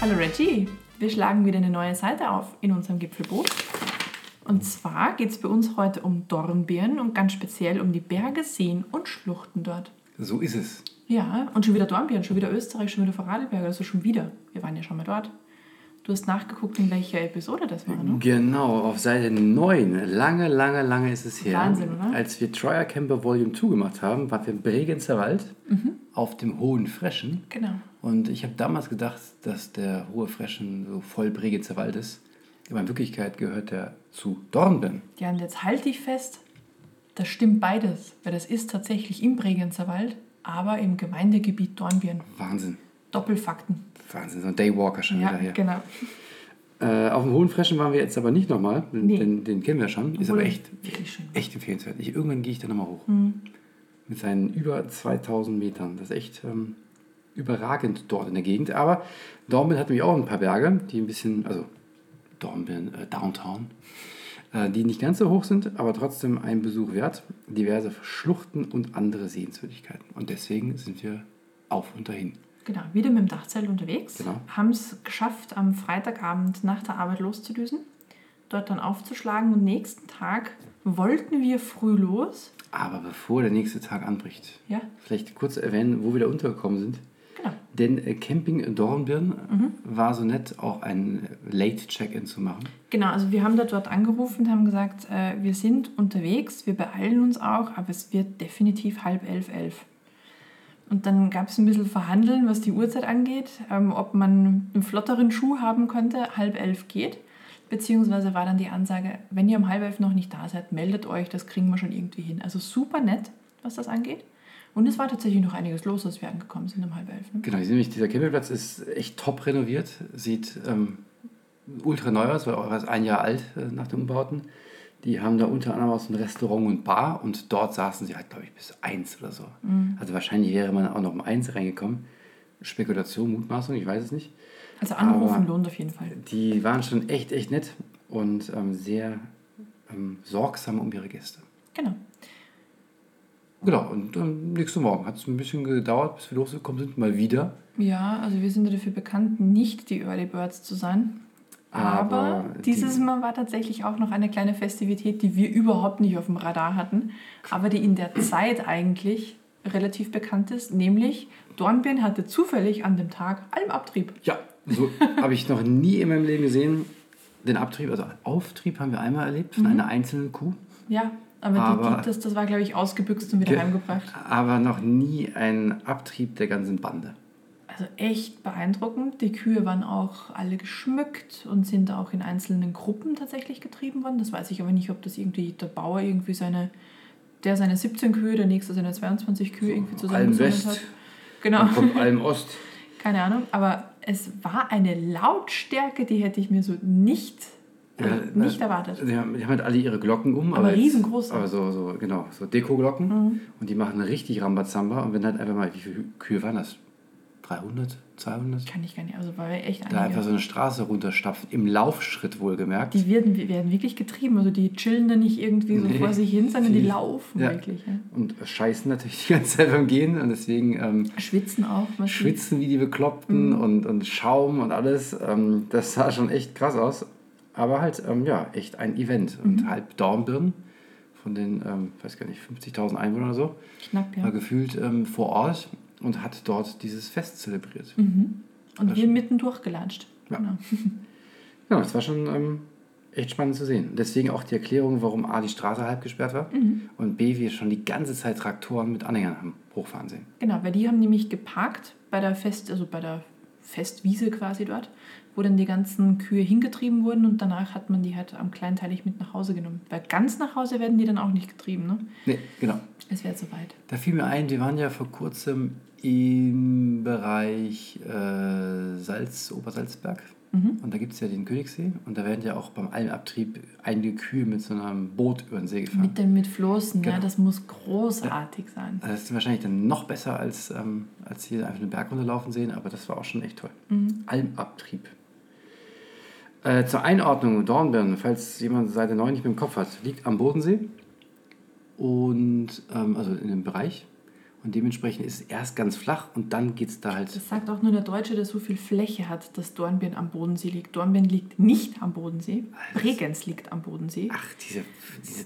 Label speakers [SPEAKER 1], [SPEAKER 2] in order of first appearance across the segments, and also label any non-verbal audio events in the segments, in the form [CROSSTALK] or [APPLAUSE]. [SPEAKER 1] Hallo Reggie, wir schlagen wieder eine neue Seite auf in unserem Gipfelbuch. Und zwar geht es bei uns heute um Dornbirnen und ganz speziell um die Berge, Seen und Schluchten dort.
[SPEAKER 2] So ist es.
[SPEAKER 1] Ja, und schon wieder Dornbirn, schon wieder Österreich, schon wieder Vorarlberg, also schon wieder. Wir waren ja schon mal dort. Du hast nachgeguckt, in welcher Episode das war, ne?
[SPEAKER 2] Genau, auf Seite 9. Lange, lange, lange ist es her.
[SPEAKER 1] Wahnsinn, oder?
[SPEAKER 2] Als wir Troyer Camper Volume 2 gemacht haben, waren wir im Bregenzer Wald auf dem Hohen Freschen.
[SPEAKER 1] Mhm. Genau.
[SPEAKER 2] Und ich habe damals gedacht, dass der Hohe Freschen so voll Bregenzer Wald ist. Aber in Wirklichkeit gehört er zu Dornbirn.
[SPEAKER 1] Ja, und jetzt halte ich fest, das stimmt beides, weil das ist tatsächlich im Bregenzer Wald, aber im Gemeindegebiet Dornbirn.
[SPEAKER 2] Wahnsinn.
[SPEAKER 1] Doppelfakten.
[SPEAKER 2] Wahnsinn, so ein Daywalker schon wieder her.
[SPEAKER 1] genau.
[SPEAKER 2] Äh, auf dem Hohen Freschen waren wir jetzt aber nicht nochmal. Den,
[SPEAKER 1] Nee.
[SPEAKER 2] den, den kennen wir schon. Ist
[SPEAKER 1] Obwohl,
[SPEAKER 2] aber echt,
[SPEAKER 1] wirklich schön.
[SPEAKER 2] echt empfehlenswert. Ich, irgendwann gehe ich da nochmal hoch. Mit seinen über 2000 Metern. Das ist echt ähm, überragend dort in der Gegend. Aber Dornbirn hat nämlich auch ein paar Berge, die ein bisschen, also Dornbirn, äh, Downtown, äh, die nicht ganz so hoch sind, aber trotzdem ein Besuch wert. Diverse Schluchten und andere Sehenswürdigkeiten. Und deswegen sind wir auf und dahin.
[SPEAKER 1] Genau, wieder mit dem Dachzelt unterwegs.
[SPEAKER 2] Genau.
[SPEAKER 1] Haben es geschafft, am Freitagabend nach der Arbeit loszudüsen, dort dann aufzuschlagen und nächsten Tag wollten wir früh los.
[SPEAKER 2] Aber bevor der nächste Tag anbricht,
[SPEAKER 1] Ja.
[SPEAKER 2] vielleicht kurz erwähnen, wo wir da untergekommen sind.
[SPEAKER 1] Genau.
[SPEAKER 2] Denn äh, Camping Dornbirn war so nett, auch ein Late Check-in zu machen.
[SPEAKER 1] Genau, also wir haben da dort angerufen und haben gesagt, äh, wir sind unterwegs, wir beeilen uns auch, aber es wird definitiv halb elf, elf. Und dann gab es ein bisschen Verhandeln, was die Uhrzeit angeht, ähm, ob man einen flotteren Schuh haben könnte, halb elf geht. Beziehungsweise war dann die Ansage, wenn ihr um halb elf noch nicht da seid, meldet euch, das kriegen wir schon irgendwie hin. Also super nett, was das angeht. Und es war tatsächlich noch einiges los, als wir angekommen sind um halb elf. Ne?
[SPEAKER 2] Genau, hier sind nämlich- dieser Campingplatz ist echt top renoviert, sieht ähm, ultra neu aus, weil auch erst ein Jahr alt äh, nach den Umbauten. Die haben da unter anderem aus dem Restaurant und Bar und dort saßen sie halt, glaube ich, bis eins oder so. Also wahrscheinlich wäre man auch noch um eins reingekommen. Spekulation, Mutmaßung, ich weiß es nicht.
[SPEAKER 1] Also anrufen
[SPEAKER 2] Aber-
[SPEAKER 1] lohnt auf jeden Fall.
[SPEAKER 2] Die waren schon echt, echt nett und ähm, sehr ähm, sorgsam um ihre Gäste.
[SPEAKER 1] Genau.
[SPEAKER 2] Genau, und am nächsten Morgen hat es ein bisschen gedauert, bis wir losgekommen sind, mal wieder.
[SPEAKER 1] Ja, also wir sind ja dafür bekannt, nicht die Early Birds zu sein. Aber,
[SPEAKER 2] Aber
[SPEAKER 1] dieses
[SPEAKER 2] die-
[SPEAKER 1] Mal war tatsächlich auch noch eine kleine Festivität, die wir überhaupt nicht auf dem Radar hatten, aber die in der Zeit eigentlich relativ bekannt ist, nämlich Dornbirn hatte zufällig an dem Tag Almabtrieb.
[SPEAKER 2] Ja, so [LAUGHS] habe ich noch nie in meinem Leben gesehen. Den Abtrieb, also Auftrieb haben wir einmal erlebt
[SPEAKER 1] Mhm.
[SPEAKER 2] von einer einzelnen Kuh,
[SPEAKER 1] Ja, aber, die,
[SPEAKER 2] Aber-
[SPEAKER 1] die, das, das war, glaube ich, ausgebüxt und wieder
[SPEAKER 2] Ge-
[SPEAKER 1] heimgebracht.
[SPEAKER 2] aber noch nie ein Abtrieb der ganzen Bande.
[SPEAKER 1] Also echt beeindruckend. Die Kühe waren auch alle geschmückt und sind auch in einzelnen Gruppen tatsächlich getrieben worden. Das weiß ich aber nicht, ob das irgendwie der Bauer irgendwie seine, der seine 17 Kühe, der nächste seine 22 Kühe irgendwie zusammengesammelt
[SPEAKER 2] Alm-West.
[SPEAKER 1] hat. Genau,
[SPEAKER 2] Vom Alm Ost.
[SPEAKER 1] [LAUGHS] keine Ahnung. Aber es war eine Lautstärke, die hätte ich mir so nicht,
[SPEAKER 2] Ja, äh,
[SPEAKER 1] also nicht
[SPEAKER 2] na,
[SPEAKER 1] erwartet.
[SPEAKER 2] Die haben, die haben halt alle ihre Glocken um.
[SPEAKER 1] Aber Mhm.
[SPEAKER 2] jetzt-
[SPEAKER 1] riesengroß.
[SPEAKER 2] Aber so, so genau, so Deko-Glocken. Und die machen richtig Rambazamba. Und wenn halt einfach mal, wie viele Kühe waren das? 300? 200?
[SPEAKER 1] Kann ich gar nicht. Also war echt
[SPEAKER 2] Da einfach
[SPEAKER 1] einige.
[SPEAKER 2] so eine Straße runterstapfen, im Laufschritt wohlgemerkt.
[SPEAKER 1] Die werden, werden wirklich getrieben. Also die chillen da nicht irgendwie so
[SPEAKER 2] Nee.
[SPEAKER 1] vor sich hin, sondern die,
[SPEAKER 2] Die-
[SPEAKER 1] laufen
[SPEAKER 2] ja.
[SPEAKER 1] wirklich. Ja.
[SPEAKER 2] Und scheißen natürlich die ganze Zeit beim Gehen. Und deswegen ähm,
[SPEAKER 1] Schwitzen auch. massiv.
[SPEAKER 2] schwitzen wie die Bekloppten
[SPEAKER 1] Mhm.
[SPEAKER 2] und, und Schaum und alles. Ähm, das sah schon echt krass aus. Aber halt, ähm, ja, echt ein Event.
[SPEAKER 1] Mhm.
[SPEAKER 2] Und halb Dornbirn von den, ähm, weiß gar nicht, 50.000 Einwohnern oder so,
[SPEAKER 1] Knapp, ja.
[SPEAKER 2] war gefühlt ähm, vor Ort und hat dort dieses Fest
[SPEAKER 1] Mhm.
[SPEAKER 2] zelebriert.
[SPEAKER 1] Und wir mitten durchgelatscht.
[SPEAKER 2] Ja.
[SPEAKER 1] Genau.
[SPEAKER 2] Genau, das war schon ähm, echt spannend zu sehen. Deswegen auch die Erklärung, warum A, die Straße halb gesperrt war und B, wir schon die ganze Zeit Traktoren mit Anhängern haben hochfahren sehen.
[SPEAKER 1] genau, weil die haben nämlich geparkt bei der Fest, also bei der Festwiese quasi dort, wo dann die ganzen Kühe hingetrieben wurden und danach hat man die halt am kleinteilig mit nach Hause genommen. Weil ganz nach Hause werden die dann auch nicht getrieben, ne?
[SPEAKER 2] Nee, genau.
[SPEAKER 1] Es wäre zu weit.
[SPEAKER 2] Da fiel mir ein, wir waren ja vor kurzem im Bereich äh, Salz, Obersalzberg. Und da gibt es ja den Königssee. Und da werden ja auch beim Almabtrieb einige Kühe mit so einem Boot über den See gefahren.
[SPEAKER 1] Mit den mit Flossen, ja,
[SPEAKER 2] Genau.
[SPEAKER 1] das muss großartig sein.
[SPEAKER 2] Also das ist wahrscheinlich dann noch besser, als, ähm, als hier einfach den Berg runterlaufen sehen, aber das war auch schon echt toll.
[SPEAKER 1] Mhm.
[SPEAKER 2] Almabtrieb. Äh, zur Einordnung, Dornbirn, falls jemand Seite 9 nicht mehr im Kopf hat, liegt am Bodensee und ähm, also in dem Bereich Und dementsprechend ist es erst ganz flach und dann geht es da halt.
[SPEAKER 1] Das sagt auch nur der Deutsche, der so viel Fläche hat, dass Dornbirn am Bodensee liegt. Dornbirn liegt nicht am Bodensee.
[SPEAKER 2] Alles.
[SPEAKER 1] Bregenz liegt am Bodensee.
[SPEAKER 2] Ach, diese, diese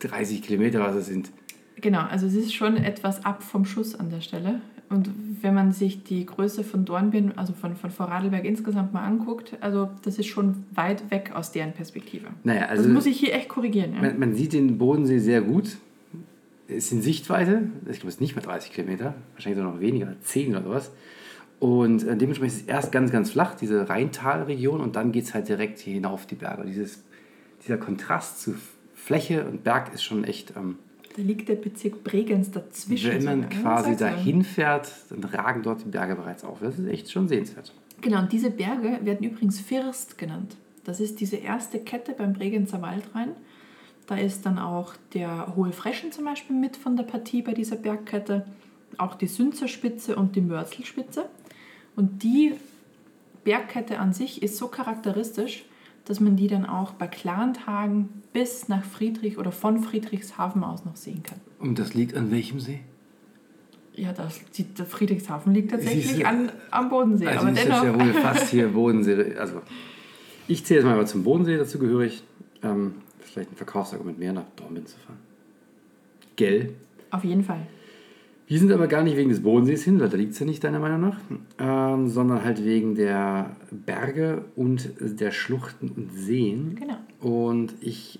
[SPEAKER 2] 30 Kilometer, was es sind.
[SPEAKER 1] Genau, also es ist schon etwas ab vom Schuss an der Stelle. Und wenn man sich die Größe von Dornbirn, also von, von Vorarlberg insgesamt mal anguckt, also das ist schon weit weg aus deren Perspektive.
[SPEAKER 2] Naja, also.
[SPEAKER 1] das muss ich hier echt korrigieren. Ja.
[SPEAKER 2] Man, man sieht den Bodensee sehr gut. Ist in Sichtweite. Ich glaube, es sind nicht mal 30 Kilometer. Wahrscheinlich sogar noch weniger, 10 oder sowas. Und äh, dementsprechend ist es erst ganz, ganz flach, diese Rheintalregion. Und dann geht es halt direkt hier hinauf die Berge. Dieses, dieser Kontrast zu Fläche und Berg ist schon echt. Ähm,
[SPEAKER 1] Da liegt der Bezirk Bregenz dazwischen.
[SPEAKER 2] wenn man
[SPEAKER 1] sogar, ne?
[SPEAKER 2] quasi
[SPEAKER 1] Sag's ja.
[SPEAKER 2] dahin fährt, dann ragen dort die Berge bereits auf. Das ist echt schon sehenswert.
[SPEAKER 1] Genau, und diese Berge werden übrigens First genannt. Das ist diese erste Kette beim Bregenzer Waldrain. Da ist dann auch der Hohe Freschen zum Beispiel mit von der Partie bei dieser Bergkette, auch die Sünzerspitze und die Mörzelspitze. Und die Bergkette an sich ist so charakteristisch, dass man die dann auch bei klaren Tagen bis nach Friedrich oder von Friedrichshafen aus noch sehen kann.
[SPEAKER 2] Und das liegt an welchem See?
[SPEAKER 1] Ja, das, die, der Friedrichshafen liegt
[SPEAKER 2] Siehst du?
[SPEAKER 1] tatsächlich an, am Bodensee.
[SPEAKER 2] Also
[SPEAKER 1] aber
[SPEAKER 2] ist das
[SPEAKER 1] dennoch,
[SPEAKER 2] ja wohl fast hier Bodensee. Also ich zähle jetzt mal aber zum Bodensee dazugehörig. Ähm, das ist vielleicht ein Verkaufsargument mehr, nach Dornbirn zu fahren. Gell?
[SPEAKER 1] auf jeden Fall.
[SPEAKER 2] Wir sind aber gar nicht wegen des Bodensees hin, weil da liegt es ja nicht, deiner Meinung nach, ähm, sondern halt wegen der Berge und der Schluchten und Seen.
[SPEAKER 1] Genau.
[SPEAKER 2] Und ich,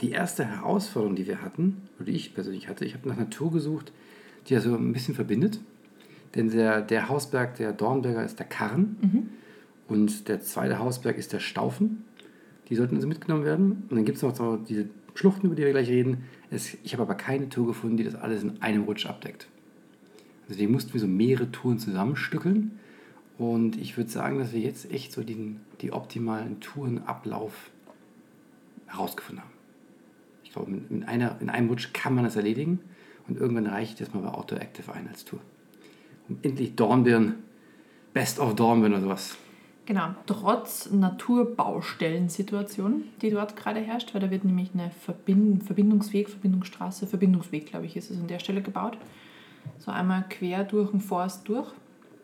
[SPEAKER 2] die erste Herausforderung, die wir hatten, oder die ich persönlich hatte, ich habe nach Natur gesucht, die das so ein bisschen verbindet. Denn der, der Hausberg der Dornberger ist der Karren und der zweite Hausberg ist der Staufen. Die sollten also mitgenommen werden. Und dann gibt es noch so diese Schluchten, über die wir gleich reden. Es, ich habe aber keine Tour gefunden, die das alles in einem Rutsch abdeckt. Deswegen mussten wir so mehrere Touren zusammenstückeln. Und ich würde sagen, dass wir jetzt echt so den, die optimalen Tourenablauf herausgefunden haben. Ich glaube, mit- in, einer, in einem Rutsch kann man das erledigen. Und irgendwann reiche ich das mal bei Outdoor Active ein als Tour. Und endlich Dornbirn, Best of Dornbirn oder sowas.
[SPEAKER 1] Genau, trotz Naturbaustellen-Situation, die dort gerade herrscht, weil da wird nämlich eine Verbind Verbindungsweg, Verbindungsstraße, Verbindungsweg, glaube ich, ist es an der Stelle gebaut. So einmal quer durch den Forst durch.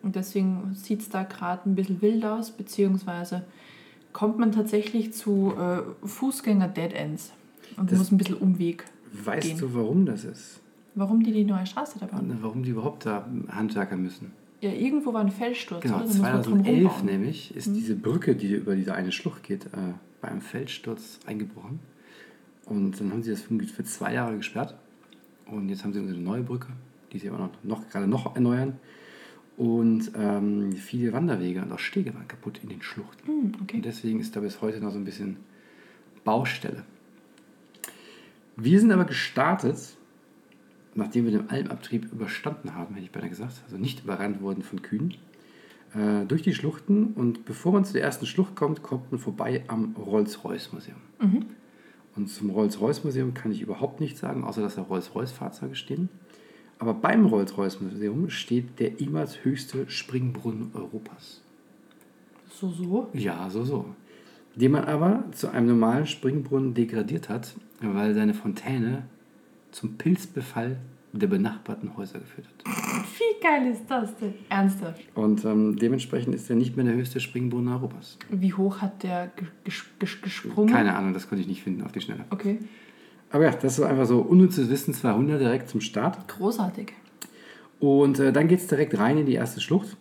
[SPEAKER 1] Und deswegen sieht es da gerade ein bisschen wild aus, beziehungsweise kommt man tatsächlich zu äh, Fußgänger-Dead-Ends und
[SPEAKER 2] Das-
[SPEAKER 1] muss ein bisschen Umweg.
[SPEAKER 2] Weißt
[SPEAKER 1] gehen.
[SPEAKER 2] du, warum das ist?
[SPEAKER 1] Warum die die neue Straße da bauen?
[SPEAKER 2] Und warum die überhaupt da Handwerker müssen?
[SPEAKER 1] Ja, irgendwo war ein Felssturz,
[SPEAKER 2] Genau, ne?
[SPEAKER 1] oder? Da muss man Mhm. drum
[SPEAKER 2] 2011
[SPEAKER 1] rumbauen.
[SPEAKER 2] nämlich ist diese Brücke, die über diese eine Schlucht geht, äh, bei einem Felssturz eingebrochen. Und dann haben sie das für für zwei Jahre gesperrt. Und jetzt haben sie eine neue Brücke, die sie immer noch, noch gerade noch erneuern. Und ähm, viele Wanderwege und auch Stege waren kaputt in den Schluchten.
[SPEAKER 1] Hm, okay.
[SPEAKER 2] Und deswegen ist da bis heute noch so ein bisschen Baustelle. Wir sind aber gestartet, nachdem wir den Almabtrieb überstanden haben, hätte ich beinahe gesagt, also nicht überrannt wurden von Kühen, äh, durch die Schluchten. Und bevor man zu der ersten Schlucht kommt, kommt man vorbei am Rolls-Royce-Museum. Und zum Rolls-Royce-Museum kann ich überhaupt nichts sagen, außer dass da Rolls-Royce-Fahrzeuge stehen. Aber beim Rolls-Royce-Museum steht der ehemals höchste Springbrunnen Europas.
[SPEAKER 1] So, so.
[SPEAKER 2] Ja, so, so. Den man aber zu einem normalen Springbrunnen degradiert hat, weil seine Fontäne zum Pilzbefall der benachbarten Häuser geführt hat.
[SPEAKER 1] Wie geil ist das denn? Ernsthaft.
[SPEAKER 2] Und ähm, dementsprechend ist er nicht mehr der höchste Springbrunnen Europas.
[SPEAKER 1] Wie hoch hat der ge- ges ges gesprungen?
[SPEAKER 2] Keine Ahnung, das konnte ich nicht finden auf die Schnelle.
[SPEAKER 1] Okay.
[SPEAKER 2] Mhm. Aber ja, das ist einfach so unnützes Wissen 200 direkt zum Start.
[SPEAKER 1] Großartig.
[SPEAKER 2] Und äh, dann geht es direkt rein in die erste Schlucht.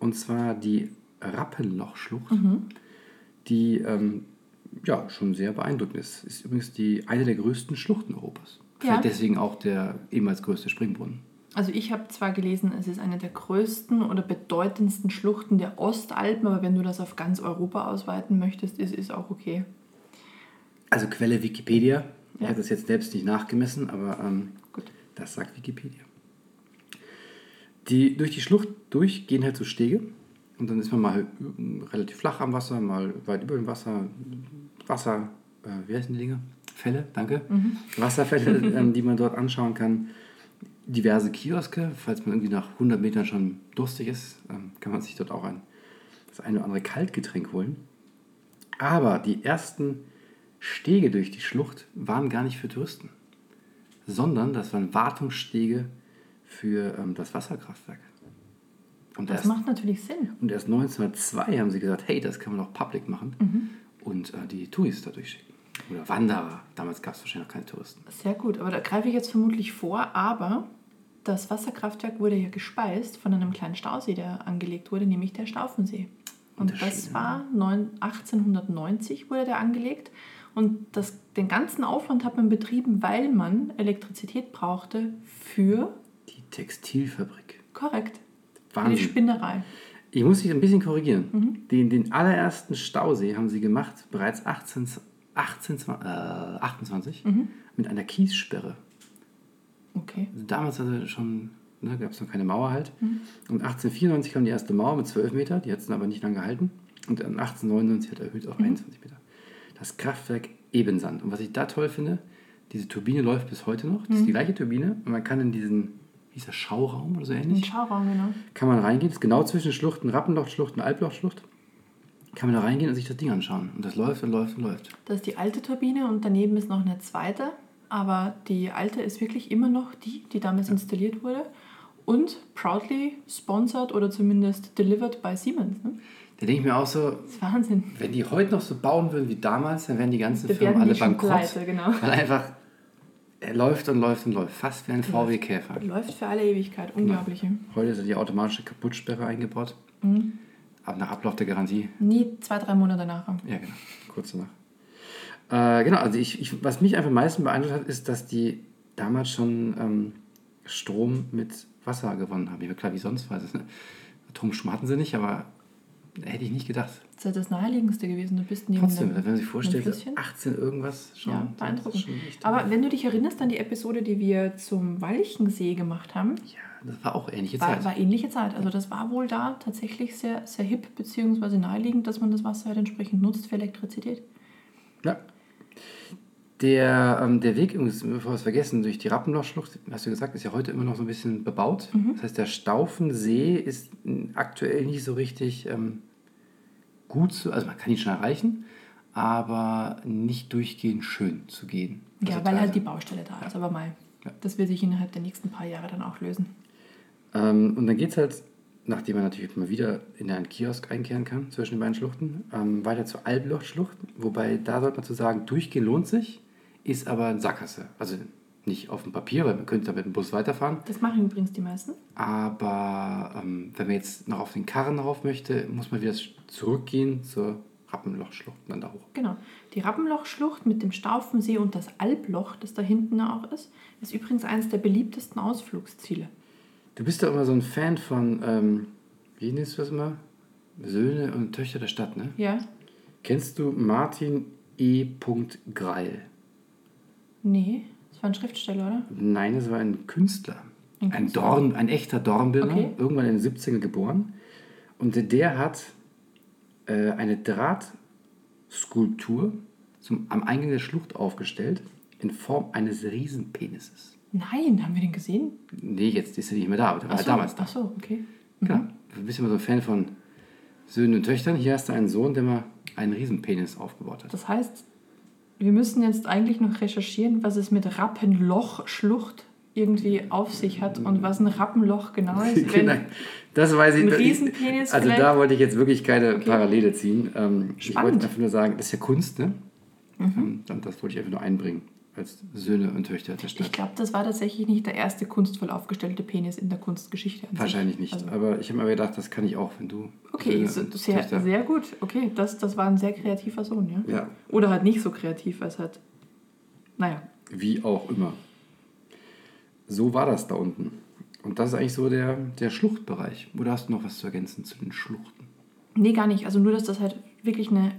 [SPEAKER 2] Und zwar die Rappenloch-Schlucht,
[SPEAKER 1] Mhm.
[SPEAKER 2] die ähm, ja, schon sehr beeindruckend ist. Ist übrigens die, eine der größten Schluchten Europas.
[SPEAKER 1] Ja.
[SPEAKER 2] Vielleicht deswegen auch der ehemals größte Springbrunnen.
[SPEAKER 1] Also ich habe zwar gelesen, es ist eine der größten oder bedeutendsten Schluchten der Ostalpen, aber wenn du das auf ganz Europa ausweiten möchtest, ist es auch okay.
[SPEAKER 2] Also Quelle Wikipedia. Ich
[SPEAKER 1] Ja.
[SPEAKER 2] habe das jetzt selbst nicht nachgemessen, aber ähm,
[SPEAKER 1] Gut.
[SPEAKER 2] das sagt Wikipedia. Die, durch die Schlucht durch gehen halt so Stege und dann ist man mal äh, relativ flach am Wasser, mal weit über dem Wasser, Wasser, äh, wie heißen die Dinge? Fälle, danke. Wasserfälle, ähm, die man dort anschauen kann. Diverse Kioske, falls man irgendwie nach 100 Metern schon durstig ist, ähm, kann man sich dort auch ein, das eine oder andere Kaltgetränk holen. Aber die ersten Stege durch die Schlucht waren gar nicht für Touristen, sondern das waren Wartungsstege für ähm, das Wasserkraftwerk. Und
[SPEAKER 1] Das
[SPEAKER 2] erst,
[SPEAKER 1] macht natürlich Sinn.
[SPEAKER 2] und erst 1902 haben sie gesagt, hey, das kann man auch public machen
[SPEAKER 1] Mhm.
[SPEAKER 2] und äh, die Touris dadurch schicken. Oder Wanderer. Damals gab es wahrscheinlich noch keine Touristen.
[SPEAKER 1] Sehr gut, aber da greife ich jetzt vermutlich vor, aber das Wasserkraftwerk wurde ja gespeist von einem kleinen Stausee, der angelegt wurde, nämlich der Staufensee. Und das
[SPEAKER 2] Unterschied,
[SPEAKER 1] war neun- 1890 wurde der angelegt und das, den ganzen Aufwand hat man betrieben, weil man Elektrizität brauchte für,
[SPEAKER 2] Die Textilfabrik.
[SPEAKER 1] korrekt, für die Mhm.
[SPEAKER 2] Wahnsinn.
[SPEAKER 1] Spinnerei.
[SPEAKER 2] Ich muss dich ein bisschen korrigieren. Den, den allerersten Stausee haben sie gemacht, bereits 18, 18, zwa- äh, 28,
[SPEAKER 1] Mhm.
[SPEAKER 2] mit einer Kiessperre.
[SPEAKER 1] Okay.
[SPEAKER 2] Also damals hatte schon, ne, gab es noch keine Mauer halt. Und 1894 kam die erste Mauer mit 12 Meter, die hat es dann aber nicht lange gehalten. Und dann 1899 hat er erhöht auf 21 Meter. Das Kraftwerk Ebensand. Und was ich da toll finde, diese Turbine läuft bis heute noch. Das ist die gleiche Turbine. Und man kann in diesen, wie hieß der, Schauraum oder so
[SPEAKER 1] Ein
[SPEAKER 2] ähnlich,
[SPEAKER 1] Schauraum, genau.
[SPEAKER 2] kann man reingehen. Ist genau zwischen Schluchten, Rappenlochschlucht und Alblochschlucht. Kann man da reingehen und sich das Ding anschauen. Und das läuft und läuft und läuft.
[SPEAKER 1] Da ist die alte Turbine und daneben ist noch eine zweite. Aber die alte ist wirklich immer noch die, die damals installiert wurde. Und proudly sponsored oder zumindest delivered by Siemens. Ne?
[SPEAKER 2] Da denke ich mir auch so,
[SPEAKER 1] Das ist Wahnsinn.
[SPEAKER 2] wenn die heute noch so bauen würden wie damals, dann wären die ganzen
[SPEAKER 1] Da
[SPEAKER 2] Firmen
[SPEAKER 1] wären die
[SPEAKER 2] alle
[SPEAKER 1] schon
[SPEAKER 2] bankrott.
[SPEAKER 1] pleite, genau.
[SPEAKER 2] Weil einfach, er läuft und läuft und läuft. Fast wie ein VW-Käfer.
[SPEAKER 1] Läuft für alle Ewigkeit. Unglaublich.
[SPEAKER 2] Heute ist ja die automatische Kaputtsperre eingebaut.
[SPEAKER 1] Mhm.
[SPEAKER 2] Ab nach Ablauf der Garantie.
[SPEAKER 1] Nie zwei, drei Monate nachher.
[SPEAKER 2] Ja, genau. Kurz danach. Äh, genau, also ich, ich, was mich einfach am meisten beeindruckt hat, ist, dass die damals schon ähm, Strom mit Wasser gewonnen haben. Ja, klar, wie sonst war das. Ne? Atomstrom hatten sie nicht, aber hätte ich nicht gedacht.
[SPEAKER 1] Das ist ja das Naheliegendste gewesen. Du bist neben
[SPEAKER 2] Trotzdem, wenn
[SPEAKER 1] einem-
[SPEAKER 2] man sich vorstellt,
[SPEAKER 1] einem Flüsschen.
[SPEAKER 2] 18 irgendwas schon.
[SPEAKER 1] Ja,
[SPEAKER 2] das ist
[SPEAKER 1] beeindruckend.
[SPEAKER 2] schon echt-
[SPEAKER 1] Aber wenn du dich erinnerst an die Episode, die wir zum Walchensee gemacht haben,
[SPEAKER 2] ja, das war auch ähnliche
[SPEAKER 1] war,
[SPEAKER 2] Zeit.
[SPEAKER 1] war ähnliche Zeit. Also das war wohl da tatsächlich sehr, sehr hip bzw. naheliegend, dass man das Wasser halt entsprechend nutzt für Elektrizität.
[SPEAKER 2] Ja. Der, ähm, der Weg, übrigens, bevor wir es vergessen, durch die Rappenlochschlucht, hast du gesagt, ist ja heute immer noch so ein bisschen bebaut.
[SPEAKER 1] Mhm.
[SPEAKER 2] Das heißt, der Staufensee ist n- aktuell nicht so richtig ähm, gut zu, also man kann ihn schon erreichen, aber nicht durchgehend schön zu gehen.
[SPEAKER 1] Ja,
[SPEAKER 2] Also
[SPEAKER 1] weil
[SPEAKER 2] teilweise-
[SPEAKER 1] halt die Baustelle da ist, aber mal.
[SPEAKER 2] Ja.
[SPEAKER 1] Das wird sich innerhalb der nächsten paar Jahre dann auch lösen.
[SPEAKER 2] Ähm, und dann geht es halt, nachdem man natürlich mal wieder in einen Kiosk einkehren kann, zwischen den beiden Schluchten, ähm, weiter zur Alblochschlucht. Wobei da sollte man zu sagen, durchgehen lohnt sich, ist aber eine Sackgasse. Also nicht auf dem Papier, weil man könnte da mit dem Bus weiterfahren.
[SPEAKER 1] Das machen übrigens die meisten.
[SPEAKER 2] Aber ähm, wenn man jetzt noch auf den Karren rauf möchte, muss man wieder zurückgehen zur Rappenlochschlucht und dann da hoch.
[SPEAKER 1] Genau. Die Rappenlochschlucht mit dem Staufensee und das Albloch, das da hinten auch ist, ist übrigens eines der beliebtesten Ausflugsziele.
[SPEAKER 2] Du bist doch immer so ein Fan von, ähm, wie nennst du das immer? Söhne und Töchter der Stadt, ne?
[SPEAKER 1] Ja?
[SPEAKER 2] Kennst du Martin E. Greil?
[SPEAKER 1] Nee. Das war ein Schriftsteller, oder?
[SPEAKER 2] Nein, es war ein Künstler.
[SPEAKER 1] Ein
[SPEAKER 2] Ein,
[SPEAKER 1] Künstler.
[SPEAKER 2] Dorn, ein echter Dornbirner,
[SPEAKER 1] Okay.
[SPEAKER 2] irgendwann in den 70ern geboren. Und der hat äh, eine Drahtskulptur zum, am Eingang der Schlucht aufgestellt, in Form eines Riesenpenises.
[SPEAKER 1] Nein, haben wir den gesehen?
[SPEAKER 2] Nee, jetzt ist er nicht mehr da, aber der war
[SPEAKER 1] Ach so, Mhm.
[SPEAKER 2] ja damals da.
[SPEAKER 1] Ach so, okay.
[SPEAKER 2] Genau. Du bist immer so ein Fan von Söhnen und Töchtern. Hier hast du einen Sohn, der mal einen Riesenpenis aufgebaut hat.
[SPEAKER 1] Das heißt, wir müssen jetzt eigentlich noch recherchieren, was es mit Rappenlochschlucht irgendwie auf sich hat und was ein Rappenloch genau
[SPEAKER 2] [LAUGHS]
[SPEAKER 1] ist.
[SPEAKER 2] Genau.
[SPEAKER 1] Wenn,
[SPEAKER 2] Das weiß ich
[SPEAKER 1] Ein
[SPEAKER 2] das-
[SPEAKER 1] Riesenpenis
[SPEAKER 2] Also
[SPEAKER 1] vielleicht?
[SPEAKER 2] da wollte ich jetzt wirklich keine Parallele ziehen. Ähm, ich
[SPEAKER 1] Spannend. Mhm.
[SPEAKER 2] wollte einfach nur sagen, das ist ja Kunst, ne? Ähm, Und das wollte ich einfach nur einbringen als Söhne und Töchter der
[SPEAKER 1] ich
[SPEAKER 2] Stadt.
[SPEAKER 1] glaube, das war tatsächlich nicht der erste kunstvoll aufgestellte Penis in der Kunstgeschichte. an sich.
[SPEAKER 2] Wahrscheinlich nicht. Also,
[SPEAKER 1] Also,
[SPEAKER 2] Aber ich habe mir gedacht, das kann ich auch, wenn du.
[SPEAKER 1] okay,
[SPEAKER 2] Söhne
[SPEAKER 1] so,
[SPEAKER 2] und
[SPEAKER 1] sehr,
[SPEAKER 2] Töchter-
[SPEAKER 1] sehr gut. Okay, das, das war ein sehr kreativer Sohn, ja?
[SPEAKER 2] Ja.
[SPEAKER 1] Oder halt nicht so kreativ, als halt. Naja,
[SPEAKER 2] Wie auch immer. So war das da unten. Und das ist eigentlich so der, der Schluchtbereich. Oder hast du noch was zu ergänzen zu den Schluchten?
[SPEAKER 1] Nee, gar nicht. Also nur, dass das halt wirklich eine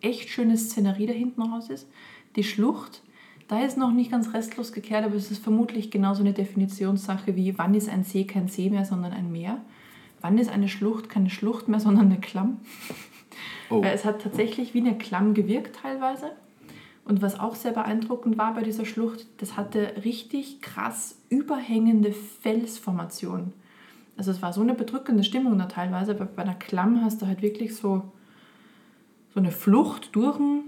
[SPEAKER 1] echt schöne Szenerie da hinten raus ist. Die Schlucht, da ist noch nicht ganz restlos gekehrt, aber es ist vermutlich genauso eine Definitionssache wie, wann ist ein See kein See mehr, sondern ein Meer? Wann ist eine Schlucht keine Schlucht mehr, sondern eine Klamm?
[SPEAKER 2] Oh,
[SPEAKER 1] Weil Äh, es hat tatsächlich wie eine Klamm gewirkt teilweise. Und was auch sehr beeindruckend war bei dieser Schlucht, das hatte richtig krass überhängende Felsformationen. Also es war so eine bedrückende Stimmung da teilweise, aber bei einer Klamm hast du halt wirklich so, so eine Flucht durch einen,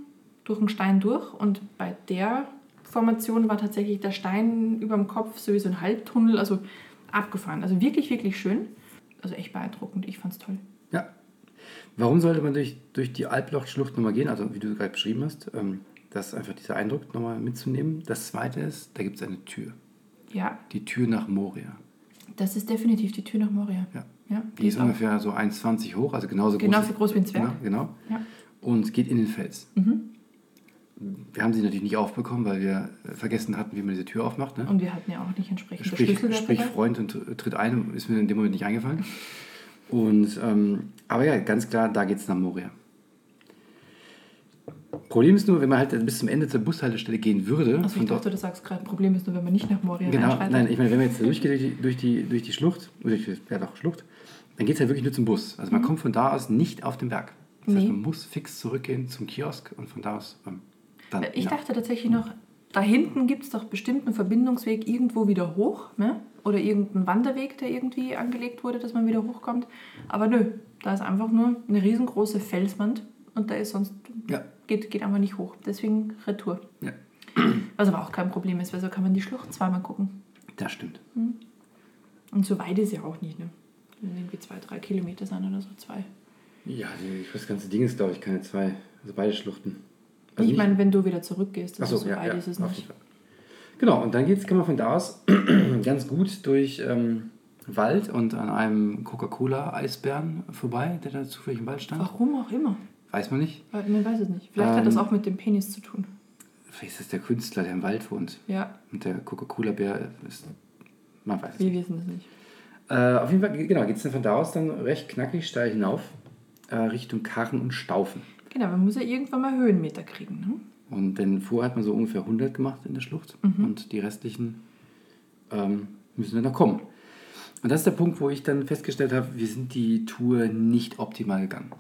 [SPEAKER 1] durch einen Stein durch. Und bei der Formation war tatsächlich der Stein über dem Kopf so wie so ein Halbtunnel. Also abgefahren. Also wirklich, wirklich schön. Also echt beeindruckend. Ich fand's toll.
[SPEAKER 2] Ja. Warum sollte man durch, durch die Alplochschlucht nochmal gehen? Also, wie du gerade beschrieben hast, ähm, das ist einfach dieser Eindruck nochmal mitzunehmen. Das zweite ist, da gibt es eine Tür.
[SPEAKER 1] Ja,
[SPEAKER 2] Die Tür nach Moria.
[SPEAKER 1] das ist definitiv die Tür nach Moria.
[SPEAKER 2] Ja.
[SPEAKER 1] Ja,
[SPEAKER 2] Die ist ungefähr so 1,20 hoch, also genauso groß,
[SPEAKER 1] Genau. Genauso groß wie ein Zwerg. Mhm.
[SPEAKER 2] Genau, genau.
[SPEAKER 1] Ja.
[SPEAKER 2] Und geht in den Fels. Wir haben sie natürlich nicht aufbekommen, weil wir äh, vergessen hatten, wie man diese Tür aufmacht. Ne?
[SPEAKER 1] Und wir hatten ja auch nicht entsprechende
[SPEAKER 2] Sprich,
[SPEAKER 1] Schlüssel
[SPEAKER 2] sprich
[SPEAKER 1] dabei.
[SPEAKER 2] Freund und äh, tritt ein, ist mir in dem Moment nicht eingefallen. Und, ähm, aber ja, ganz klar, da geht's nach Moria. Problem ist nur, wenn man halt bis zum Ende zur Bushaltestelle gehen würde.
[SPEAKER 1] Also
[SPEAKER 2] von
[SPEAKER 1] ich
[SPEAKER 2] dort-
[SPEAKER 1] dachte, du sagst gerade, Problem ist nur, wenn man nicht nach Moria
[SPEAKER 2] Genau,
[SPEAKER 1] reinschreitet.
[SPEAKER 2] nein, ich meine, wenn man jetzt durchgeht durch die, durch die, durch die Schlucht, oder durch, die- ja doch, Schlucht, dann geht es ja wirklich nur zum Bus. Also man kommt von da aus nicht auf den Berg. Das heißt,
[SPEAKER 1] Mhm. Nee.
[SPEAKER 2] man muss fix zurückgehen zum Kiosk und von da aus ähm, dann.
[SPEAKER 1] Ich
[SPEAKER 2] ja.
[SPEAKER 1] dachte tatsächlich noch, da hinten gibt es doch bestimmt einen Verbindungsweg irgendwo wieder hoch, ne? Oder irgendeinen Wanderweg, der irgendwie angelegt wurde, dass man wieder hochkommt. Aber nö, da ist einfach nur eine riesengroße Felswand und da ist sonst
[SPEAKER 2] Ja,
[SPEAKER 1] geht, geht einfach nicht hoch. Deswegen Retour.
[SPEAKER 2] ja,
[SPEAKER 1] Was aber auch kein Problem ist, weil so kann man die Schlucht zweimal gucken.
[SPEAKER 2] das stimmt.
[SPEAKER 1] Und so weit ist ja auch nicht, ne? Wenn irgendwie zwei, drei Kilometer sein oder so, zwei.
[SPEAKER 2] Ja, die- das ganze Ding ist, glaube ich, keine zwei. Also beide Schluchten. Also nicht-
[SPEAKER 1] ich meine, wenn du wieder zurückgehst, also
[SPEAKER 2] Achso,
[SPEAKER 1] so
[SPEAKER 2] ja,
[SPEAKER 1] weit
[SPEAKER 2] ja,
[SPEAKER 1] ist es
[SPEAKER 2] auf
[SPEAKER 1] nicht.
[SPEAKER 2] jeden Fall. Genau, und dann geht's, kann man von da aus [CLEARS THROAT] ganz gut durch ähm, Wald und an einem Coca-Cola-Eisbären vorbei, der da zufällig im Wald stand.
[SPEAKER 1] Warum auch immer.
[SPEAKER 2] Weiß man nicht.
[SPEAKER 1] Weil- Man weiß es nicht. Vielleicht hat das
[SPEAKER 2] Ähm.
[SPEAKER 1] auch mit dem Penis zu tun.
[SPEAKER 2] Vielleicht ist das der Künstler, der im Wald wohnt.
[SPEAKER 1] Ja,
[SPEAKER 2] Und der Coca-Cola-Bär ist. Man weiß es
[SPEAKER 1] wir
[SPEAKER 2] nicht.
[SPEAKER 1] wissen es nicht.
[SPEAKER 2] Äh, auf jeden Fall, genau, geht es dann von da aus dann recht knackig steil hinauf äh, Richtung Karren und Staufen.
[SPEAKER 1] Genau, man muss ja irgendwann mal Höhenmeter kriegen. Ne?
[SPEAKER 2] Und denn vorher hat man so ungefähr 100 gemacht in der Schlucht und die restlichen ähm, müssen dann noch kommen. Und das ist der Punkt, wo ich dann festgestellt habe, wir sind die Tour nicht optimal gegangen.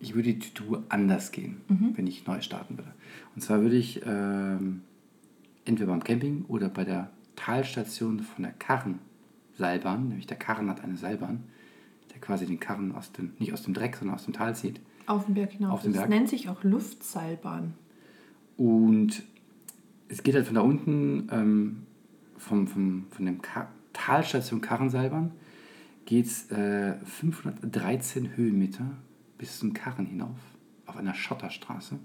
[SPEAKER 2] Ich würde die Tour anders gehen, wenn ich neu starten würde. Und zwar würde ich ähm, entweder beim Camping oder bei der Talstation von der Karrenseilbahn, nämlich der Karren hat eine Seilbahn, der quasi den Karren aus dem, nicht aus dem Dreck, sondern aus dem Tal zieht.
[SPEAKER 1] Auf den Berg hinauf.
[SPEAKER 2] Auf den
[SPEAKER 1] das
[SPEAKER 2] Berg.
[SPEAKER 1] nennt sich auch Luftseilbahn.
[SPEAKER 2] Und es geht halt von da unten, ähm, vom, vom, von dem Ka Talstation Karrenseilbahn, geht es äh, 513 Höhenmeter bis zum Karren hinauf, auf einer Schotterstraße.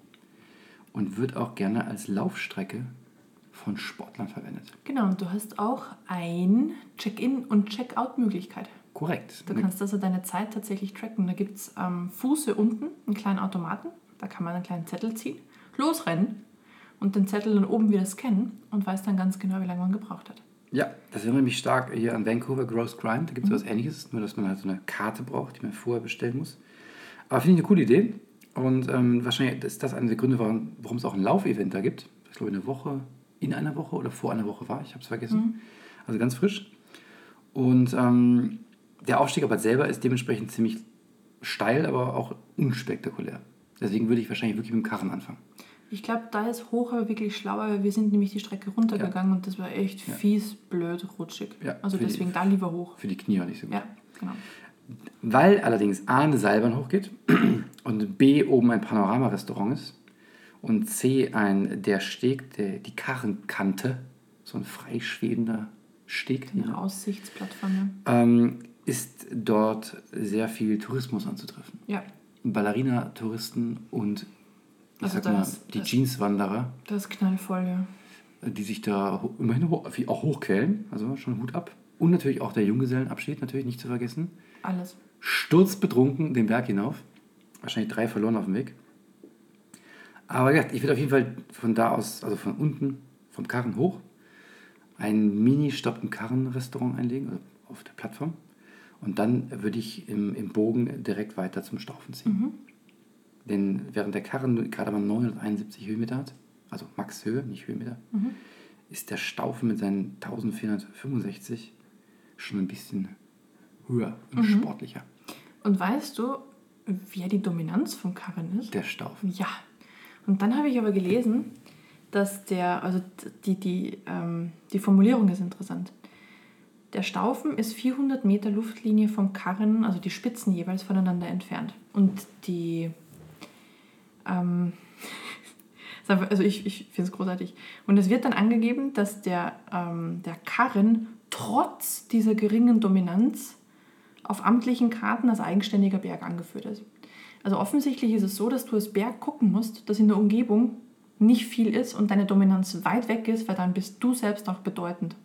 [SPEAKER 2] Und wird auch gerne als Laufstrecke von Sportlern verwendet.
[SPEAKER 1] Genau, und du hast auch ein Check-in- und Check-out-Möglichkeit.
[SPEAKER 2] Korrekt.
[SPEAKER 1] Du kannst also deine Zeit tatsächlich tracken. Da gibt es am Fuße unten einen kleinen Automaten. Da kann man einen kleinen Zettel ziehen, losrennen und den Zettel dann oben wieder scannen und weiß dann ganz genau, wie lange man gebraucht hat.
[SPEAKER 2] Ja, das erinnert mich stark hier an Vancouver, Gross Crime. Da gibt es was ähnliches, nur dass man halt so eine Karte braucht, die man vorher bestellen muss. Aber finde ich eine coole Idee. Und ähm, wahrscheinlich ist das einer der Gründe, warum warum es auch ein Laufevent da gibt. Ich glaube, eine Woche, in einer Woche oder vor einer Woche war. Ich habe es vergessen. Also ganz frisch. Und ähm, der Aufstieg aber selber ist dementsprechend ziemlich steil, aber auch unspektakulär. Deswegen würde ich wahrscheinlich wirklich mit dem Karren anfangen.
[SPEAKER 1] Ich glaube, da ist hoch aber wirklich schlauer, weil wir sind nämlich die Strecke runtergegangen und das war echt fies, blöd, rutschig.
[SPEAKER 2] Ja,
[SPEAKER 1] also
[SPEAKER 2] für die-
[SPEAKER 1] deswegen da lieber hoch.
[SPEAKER 2] Für die Knie auch nicht so gut.
[SPEAKER 1] Ja, genau.
[SPEAKER 2] Weil allerdings A eine Seilbahn hochgeht [CLEARS THROAT] und B oben ein Panorama-Restaurant ist und C ein der Steg, der, die Karrenkante, so ein freischwebender Steg,
[SPEAKER 1] Eine Aussichtsplattform.
[SPEAKER 2] ähm, ist dort sehr viel Tourismus anzutreffen.
[SPEAKER 1] Ja,
[SPEAKER 2] Ballerina-Touristen und ich
[SPEAKER 1] Also
[SPEAKER 2] sag
[SPEAKER 1] da
[SPEAKER 2] mal,
[SPEAKER 1] ist-
[SPEAKER 2] die
[SPEAKER 1] das-
[SPEAKER 2] Jeanswanderer,
[SPEAKER 1] das ist knallvoll, ja.
[SPEAKER 2] die sich da ho- immerhin ho- auch hochquälen, also schon Hut ab. Und natürlich auch der Junggesellenabschied, natürlich nicht zu vergessen.
[SPEAKER 1] Alles.
[SPEAKER 2] sturzbetrunken den Berg hinauf. Wahrscheinlich drei verloren auf dem Weg. Aber wie gesagt, ich will auf jeden Fall von da aus, also von unten, vom Karren hoch, einen Mini-Stopp im Karrenrestaurant einlegen, also auf der Plattform. Und dann würde ich im, im Bogen direkt weiter zum Staufen ziehen. Denn während der Karren nur gerade mal 971 Höhenmeter hat, also Max Höhe, nicht Höhenmeter, ist der Staufen mit seinen 1465 schon ein bisschen höher und sportlicher.
[SPEAKER 1] Und weißt du, wer die Dominanz vom Karren ist?
[SPEAKER 2] Der Staufen.
[SPEAKER 1] Ja. Und dann habe ich aber gelesen, dass der, also die, die, ähm, die Formulierung ist interessant. Der Staufen ist 400 Meter Luftlinie vom Karren, also die Spitzen jeweils voneinander entfernt. Und die, ähm, [LAUGHS] also ich, ich finde es großartig. Und es wird dann angegeben, dass der, ähm, der Karren trotz dieser geringen Dominanz auf amtlichen Karten als eigenständiger Berg angeführt ist. Also offensichtlich ist es so, dass du als Berg gucken musst, dass in der Umgebung nicht viel ist und deine Dominanz weit weg ist, weil dann bist du selbst auch bedeutend.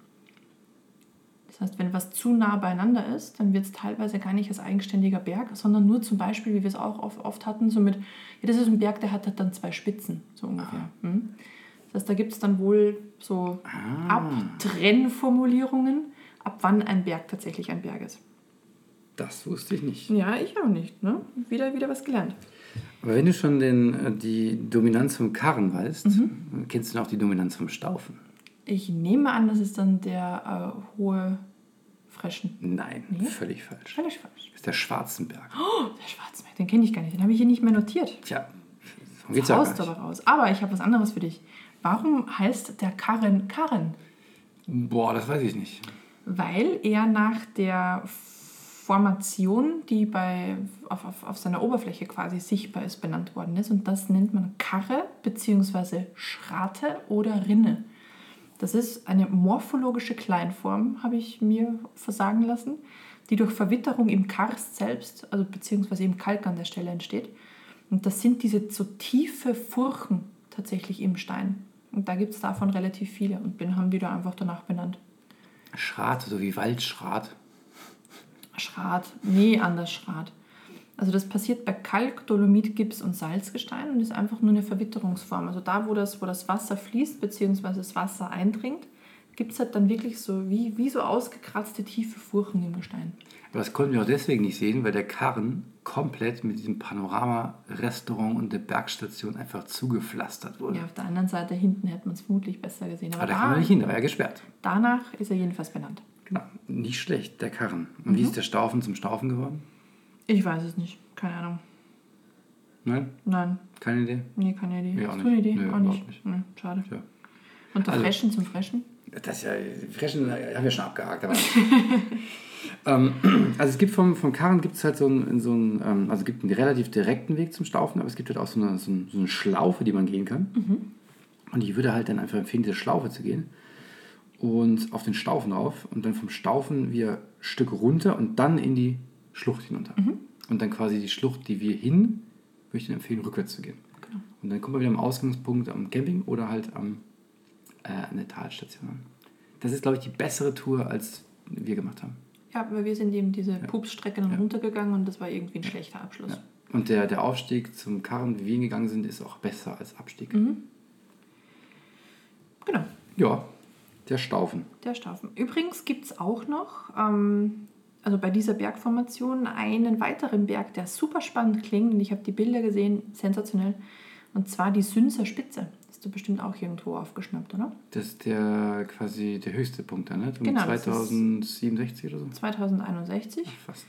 [SPEAKER 1] Das heißt, wenn was zu nah beieinander ist, dann wird es teilweise gar nicht als eigenständiger Berg, sondern nur zum Beispiel, wie wir es auch oft, oft hatten, so mit, ja, das ist ein Berg, der hat, hat dann zwei Spitzen, so ungefähr. Hm? Das heißt, da gibt es dann wohl so
[SPEAKER 2] Ah.
[SPEAKER 1] Abtrennformulierungen, ab wann ein Berg tatsächlich ein Berg ist.
[SPEAKER 2] Das wusste ich nicht.
[SPEAKER 1] Ja, ich auch nicht, ne? Wieder, wieder was gelernt.
[SPEAKER 2] Aber wenn du schon den, äh, die Dominanz vom Karren weißt, äh, kennst du dann auch die Dominanz vom Staufen?
[SPEAKER 1] Ich nehme an, das ist dann der äh, hohe Freschen.
[SPEAKER 2] Nein, völlig falsch.
[SPEAKER 1] Völlig falsch.
[SPEAKER 2] Das ist der Schwarzenberg.
[SPEAKER 1] Oh, der Schwarzmeer, den kenne ich gar nicht. Den habe ich hier nicht mehr notiert.
[SPEAKER 2] Tja, darum geht's ja auch
[SPEAKER 1] Haust
[SPEAKER 2] gar
[SPEAKER 1] aber raus. Aber ich habe was anderes für dich. Warum heißt der Karren Karren?
[SPEAKER 2] nicht. Boah, das weiß ich nicht.
[SPEAKER 1] Weil er nach der Formation, die bei, auf, auf, auf seiner Oberfläche quasi sichtbar ist, benannt worden ist. Und das nennt man Karre bzw. Schrate oder Rinne. Das ist eine morphologische Kleinform, habe ich mir versagen lassen, die durch Verwitterung im Karst selbst, also beziehungsweise im Kalk an der Stelle entsteht. Und das sind diese so tiefe Furchen tatsächlich im Stein. Und da gibt es davon relativ viele und bin, haben die da einfach danach benannt.
[SPEAKER 2] Schrat, so wie Waldschrat.
[SPEAKER 1] Schrat, nee, anders Schrat. Also das passiert bei Kalk, Dolomit, Gips und Salzgestein und ist einfach nur eine Verwitterungsform. Also da, wo das, wo das Wasser fließt bzw. das Wasser eindringt, gibt es halt dann wirklich so wie, wie so ausgekratzte tiefe Furchen im Gestein.
[SPEAKER 2] Aber das konnten wir auch deswegen nicht sehen, weil der Karren komplett mit diesem Panorama-Restaurant und der Bergstation einfach zugepflastert wurde.
[SPEAKER 1] Ja, auf der anderen Seite hinten hätte man es vermutlich besser gesehen. Aber
[SPEAKER 2] Aber da kann man
[SPEAKER 1] da,
[SPEAKER 2] nicht hin, da war er gesperrt.
[SPEAKER 1] danach ist er jedenfalls benannt.
[SPEAKER 2] Genau. Nicht schlecht, der Karren. Und wie ist der Staufen zum Staufen geworden?
[SPEAKER 1] Ich weiß es nicht. Keine Ahnung.
[SPEAKER 2] Nein?
[SPEAKER 1] Nein,
[SPEAKER 2] Ne? Keine Idee?
[SPEAKER 1] nee, keine Idee.
[SPEAKER 2] Nee, auch
[SPEAKER 1] Hast du eine
[SPEAKER 2] nicht.
[SPEAKER 1] Idee?
[SPEAKER 2] Nee,
[SPEAKER 1] auch nicht.
[SPEAKER 2] überhaupt nicht.
[SPEAKER 1] Nee, schade.
[SPEAKER 2] Tja.
[SPEAKER 1] Und der
[SPEAKER 2] Also-
[SPEAKER 1] Freschen zum Freschen?
[SPEAKER 2] Das ist ja, Freschen äh, haben wir schon abgehakt. Aber ähm, also es gibt vom, vom Karren gibt es halt so einen, so einen, ähm, also es gibt einen relativ direkten Weg zum Staufen, aber es gibt halt auch so eine, so eine, so eine Schlaufe, die man gehen kann. Und ich würde halt dann einfach empfehlen, diese Schlaufe zu gehen und auf den Staufen rauf und dann vom Staufen wir Stück runter und dann in die Schlucht hinunter. Und dann quasi die Schlucht, die wir hin, würde ich dann empfehlen, rückwärts zu gehen.
[SPEAKER 1] Genau.
[SPEAKER 2] Und dann kommen wir wieder am Ausgangspunkt am Camping oder halt am, äh, an der Talstation an. Das ist, glaube ich, die bessere Tour, als wir gemacht haben.
[SPEAKER 1] Ja, weil wir sind eben diese Pupsstrecke dann runtergegangen und das war irgendwie ein schlechter Abschluss.
[SPEAKER 2] Ja. Und der, der Aufstieg zum Karren, wie wir ihn gegangen sind, ist auch besser als Abstieg.
[SPEAKER 1] Mhm. Genau,
[SPEAKER 2] Ja, der Staufen.
[SPEAKER 1] der Staufen. Übrigens gibt es auch noch, ähm, also bei dieser Bergformation, einen weiteren Berg, der super spannend klingt und ich habe die Bilder gesehen, sensationell. Und zwar die Sünser Spitze. Hast du bestimmt auch irgendwo aufgeschnappt, oder?
[SPEAKER 2] Das ist der quasi der höchste Punkt da, ne? Um
[SPEAKER 1] Genau, das ist-
[SPEAKER 2] 2067 oder so.
[SPEAKER 1] 2061.
[SPEAKER 2] Fast.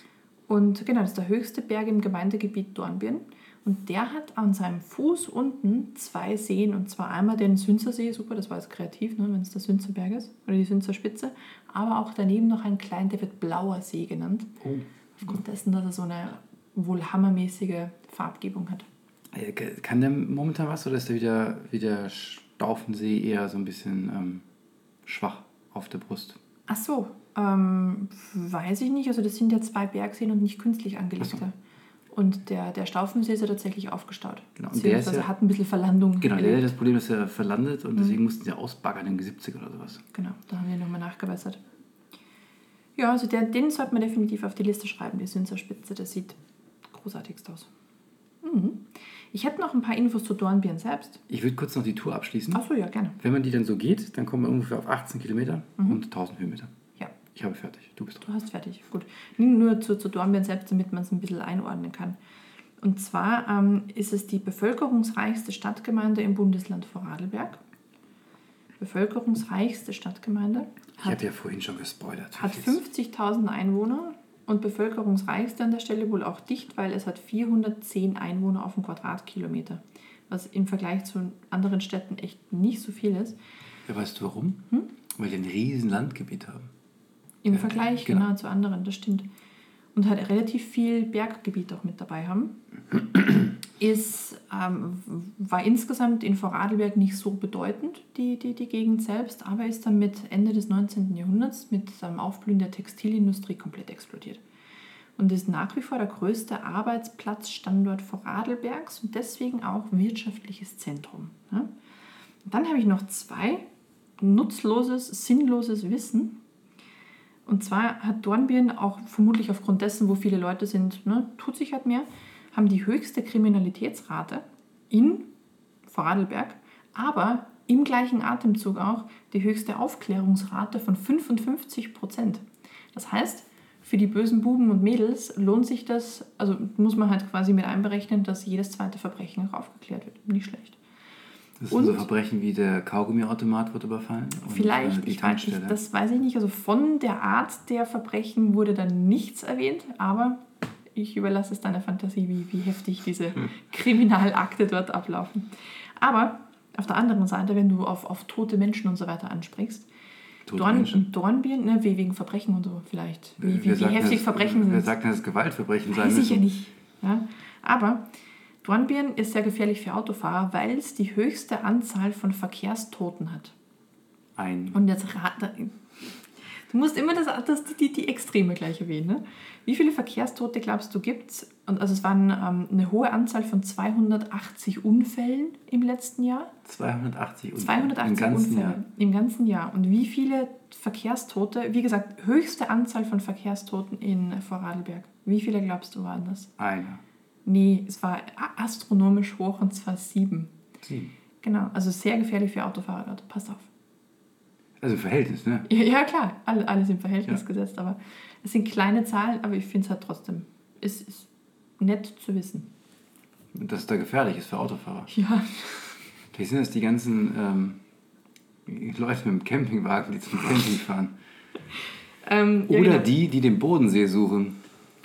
[SPEAKER 1] Und genau, das ist der höchste Berg im Gemeindegebiet Dornbirn. Und der hat an seinem Fuß unten zwei Seen. Und zwar einmal den Sünzersee, super, das war jetzt kreativ, ne, wenn es der Sünzerberg ist oder die Sünzerspitze. Aber auch daneben noch ein kleinen, der wird Blauer See genannt.
[SPEAKER 2] Oh.
[SPEAKER 1] Aufgrund dessen, dass er so eine wohl hammermäßige Farbgebung hat.
[SPEAKER 2] Äh, k- Kann der momentan was oder ist der wieder wie der Staufensee eher so ein bisschen ähm, schwach auf der Brust?
[SPEAKER 1] Ach so, ähm, weiß ich nicht. Also das sind ja zwei Bergseen und nicht künstlich angelegte. Und der, der Staufensee ist ja tatsächlich aufgestaut.
[SPEAKER 2] Genau, und der ist
[SPEAKER 1] Beziehungsweise
[SPEAKER 2] ja-
[SPEAKER 1] hat ein bisschen Verlandung.
[SPEAKER 2] Genau, der
[SPEAKER 1] erlebt.
[SPEAKER 2] hatte das Problem, dass er verlandet
[SPEAKER 1] Mhm.
[SPEAKER 2] und deswegen mussten sie ausbaggern in den 70 oder sowas.
[SPEAKER 1] Genau, da haben wir nochmal nachgebessert. Ja, also der, den sollte man definitiv auf die Liste schreiben, die Sünzer Spitze. Das sieht großartigst aus. Mhm. Ich hätte noch ein paar Infos zu Dornbirn selbst.
[SPEAKER 2] Ich würde kurz noch die Tour abschließen.
[SPEAKER 1] Achso, ja, gerne.
[SPEAKER 2] Wenn man die dann so geht, dann kommen wir ungefähr auf 18 Kilometer
[SPEAKER 1] Mhm.
[SPEAKER 2] und 1000 Höhenmeter.
[SPEAKER 1] Ja,
[SPEAKER 2] Ich habe fertig. Du bist dran.
[SPEAKER 1] du hast fertig. Gut. Nur zu, zu Dornbirn selbst, damit man es ein bisschen einordnen kann. Und zwar ähm, ist es die bevölkerungsreichste Stadtgemeinde im Bundesland Vorarlberg. Bevölkerungsreichste Stadtgemeinde.
[SPEAKER 2] Ich habe ja vorhin schon gespoilert.
[SPEAKER 1] hat 50.000 Einwohner und bevölkerungsreichste an der Stelle wohl auch dicht, weil es hat 410 Einwohner auf dem Quadratkilometer, was im Vergleich zu anderen Städten echt nicht so viel ist.
[SPEAKER 2] Ja, weißt du warum?
[SPEAKER 1] Hm?
[SPEAKER 2] Weil die ein riesen Landgebiet haben.
[SPEAKER 1] Im
[SPEAKER 2] Ja,
[SPEAKER 1] Vergleich
[SPEAKER 2] genau.
[SPEAKER 1] genau. zu anderen, das stimmt. Und halt relativ viel Berggebiet auch mit dabei haben. ist, ähm, war insgesamt in Vorarlberg nicht so bedeutend, die, die, die Gegend selbst, aber ist dann mit Ende des 19. Jahrhunderts mit dem Aufblühen der Textilindustrie komplett explodiert. Und ist nach wie vor der größte Arbeitsplatzstandort Vorarlbergs und deswegen auch wirtschaftliches Zentrum. Ne? Dann habe ich noch zwei nutzloses, sinnloses Wissen. Und zwar hat Dornbirn auch vermutlich aufgrund dessen, wo viele Leute sind, ne, tut sich halt mehr, haben die höchste Kriminalitätsrate in Vorarlberg, aber im gleichen Atemzug auch die höchste Aufklärungsrate von 55 Prozent. Das heißt, für die bösen Buben und Mädels lohnt sich das, also muss man halt quasi mit einberechnen, dass jedes zweite Verbrechen auch aufgeklärt wird. Nicht schlecht.
[SPEAKER 2] Das ist so ein Verbrechen wie der Kaugummiautomat wird überfallen. und,
[SPEAKER 1] Vielleicht,
[SPEAKER 2] äh, die
[SPEAKER 1] ich weiß
[SPEAKER 2] Tankstelle.
[SPEAKER 1] nicht, das weiß ich nicht. Also von der Art der Verbrechen wurde dann nichts erwähnt, aber ich überlasse es deiner Fantasie, wie, wie heftig diese
[SPEAKER 2] Hm.
[SPEAKER 1] Kriminalakte dort ablaufen. Aber auf der anderen Seite, wenn du auf, auf tote Menschen und so weiter ansprichst,
[SPEAKER 2] Tote Menschen.
[SPEAKER 1] Dorn, Dornbirn, ne, wie wegen Verbrechen und so vielleicht, wie, wie,
[SPEAKER 2] Wer
[SPEAKER 1] wie
[SPEAKER 2] sagt,
[SPEAKER 1] heftig
[SPEAKER 2] dass,
[SPEAKER 1] Verbrechen sind.
[SPEAKER 2] Wer sagt denn, dass es Gewaltverbrechen sein
[SPEAKER 1] Weiß ich ja
[SPEAKER 2] müssen?
[SPEAKER 1] nicht. Ja? Aber Dornbirn ist sehr gefährlich für Autofahrer, weil es die höchste Anzahl von Verkehrstoten hat.
[SPEAKER 2] Ein.
[SPEAKER 1] Und jetzt rat. Du musst immer das, das, die, die Extreme gleich erwähnen. Ne? Wie viele Verkehrstote glaubst du gibt's? Und also es waren ähm, eine hohe Anzahl von 280 Unfällen im letzten Jahr.
[SPEAKER 2] 280 Unfälle.
[SPEAKER 1] 280
[SPEAKER 2] Im ganzen
[SPEAKER 1] Unfälle
[SPEAKER 2] Jahr.
[SPEAKER 1] im ganzen Jahr. Und wie viele Verkehrstote? Wie gesagt, höchste Anzahl von Verkehrstoten in Vorarlberg. Wie viele glaubst du waren das?
[SPEAKER 2] Einer.
[SPEAKER 1] Nee, es war a- astronomisch hoch und zwar sieben.
[SPEAKER 2] Sieben.
[SPEAKER 1] Genau, also sehr gefährlich für Autofahrer dort. Passt auf.
[SPEAKER 2] Also im Verhältnis, ne?
[SPEAKER 1] Ja, ja klar, alle, alles im Verhältnis
[SPEAKER 2] Ja.
[SPEAKER 1] gesetzt, aber es sind kleine Zahlen, aber ich finde es halt trotzdem, es ist nett
[SPEAKER 2] [LAUGHS]
[SPEAKER 1] zu wissen.
[SPEAKER 2] Und Dass es da gefährlich ist für Autofahrer.
[SPEAKER 1] Ja,
[SPEAKER 2] Vielleicht sind das die ganzen ähm, Leute mit dem Campingwagen, die zum Camping fahren.
[SPEAKER 1] ähm, ja,
[SPEAKER 2] Oder
[SPEAKER 1] genau.
[SPEAKER 2] die, die den Bodensee suchen.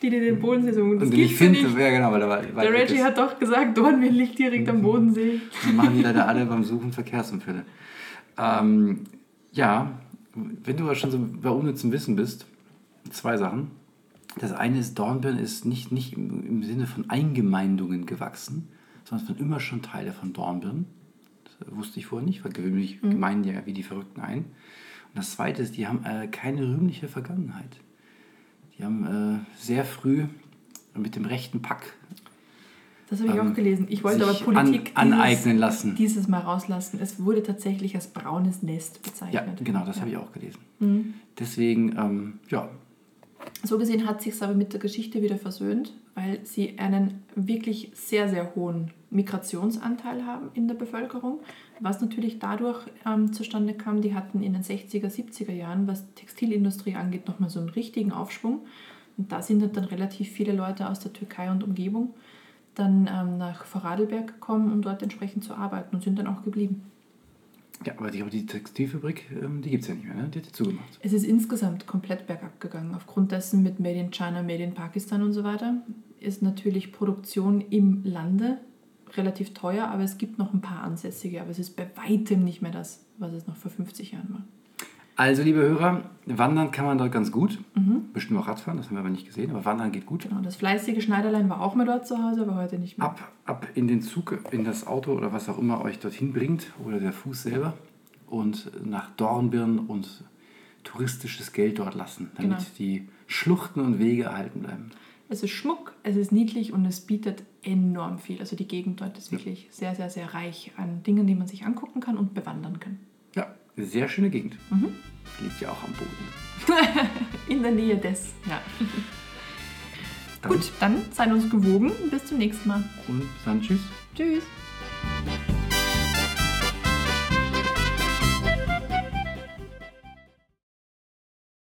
[SPEAKER 1] die, die den Bodensee suchen, das
[SPEAKER 2] und den
[SPEAKER 1] gibt's
[SPEAKER 2] nicht
[SPEAKER 1] ja nicht.
[SPEAKER 2] finden. Ja, genau, weil, weil, weil Mhm.
[SPEAKER 1] Der Reggie hat doch gesagt, Dornbirn liegt direkt am Bodensee.
[SPEAKER 2] Dann machen die leider alle beim Suchen Verkehrsunfälle. Ähm, ja, wenn du aber schon so bei unnützem Wissen bist, zwei Sachen. Das eine ist, Dornbirn ist nicht, nicht im, im Sinne von Eingemeindungen gewachsen, sondern es waren immer schon Teile von Dornbirn. Das äh, wusste ich vorher nicht, weil gewöhnlich
[SPEAKER 1] Mhm.
[SPEAKER 2] gemeinden ja wie die Verrückten ein. Und das zweite ist, die haben äh, keine rühmliche Vergangenheit. Die haben äh, sehr früh mit dem rechten Pack
[SPEAKER 1] Das habe ich
[SPEAKER 2] Ähm,
[SPEAKER 1] auch gelesen. Ich wollte aber
[SPEAKER 2] sich an-
[SPEAKER 1] Politik
[SPEAKER 2] aneignen
[SPEAKER 1] dieses,
[SPEAKER 2] lassen.
[SPEAKER 1] dieses Mal rauslassen. Es wurde tatsächlich als braunes Nest
[SPEAKER 2] Ja,
[SPEAKER 1] bezeichnet.
[SPEAKER 2] genau, das
[SPEAKER 1] Ja. Mhm.
[SPEAKER 2] habe ich auch gelesen. Deswegen, ähm, ja,
[SPEAKER 1] So gesehen hat sich aber mit der Geschichte wieder versöhnt, weil sie einen wirklich sehr, sehr hohen Migrationsanteil haben in der Bevölkerung, was natürlich dadurch ähm, zustande kam, die hatten in den 60er, 70er Jahren, was Textilindustrie angeht, nochmal so einen richtigen Aufschwung. Und da sind dann relativ viele Leute aus der Türkei und Umgebung dann ähm, nach Vorarlberg gekommen, um dort entsprechend zu arbeiten und sind dann auch geblieben.
[SPEAKER 2] ja aber die, aber die Textilfabrik, ähm, die gibt es ja nicht mehr, ne? die hat ja zugemacht.
[SPEAKER 1] Es ist insgesamt komplett bergab gegangen. Aufgrund dessen mit Made in China, Made in Pakistan und so weiter ist natürlich Produktion im Lande relativ teuer, aber es gibt noch ein paar Ansätzige, aber es ist bei weitem nicht mehr das, was es noch vor 50 Jahren war.
[SPEAKER 2] Also, liebe Hörer, wandern kann man dort ganz gut.
[SPEAKER 1] Mhm.
[SPEAKER 2] Bestimmt auch Radfahren, das haben wir aber nicht gesehen, aber wandern geht gut.
[SPEAKER 1] Genau, das fleißige Schneiderlein war auch mal dort zu Hause, aber heute nicht mehr.
[SPEAKER 2] Ab, ab in den Zug, in das Auto oder was auch immer euch dorthin bringt oder der Fuß selber und nach Dornbirn und touristisches Geld dort lassen, damit
[SPEAKER 1] Genau.
[SPEAKER 2] die Schluchten und Wege erhalten bleiben.
[SPEAKER 1] Es ist Schmuck, es ist niedlich und es bietet enorm viel. Also die Gegend dort ist wirklich sehr, sehr, sehr reich an Dingen, die man sich angucken kann und bewandern kann.
[SPEAKER 2] Ja, sehr schöne Gegend.
[SPEAKER 1] Mhm.
[SPEAKER 2] Liegt ja auch am Boden.
[SPEAKER 1] In der Nähe des, ja.
[SPEAKER 2] Dann-
[SPEAKER 1] Gut, dann seid uns gewogen. Bis zum nächsten Mal.
[SPEAKER 2] Und dann tschüss.
[SPEAKER 1] Tschüss.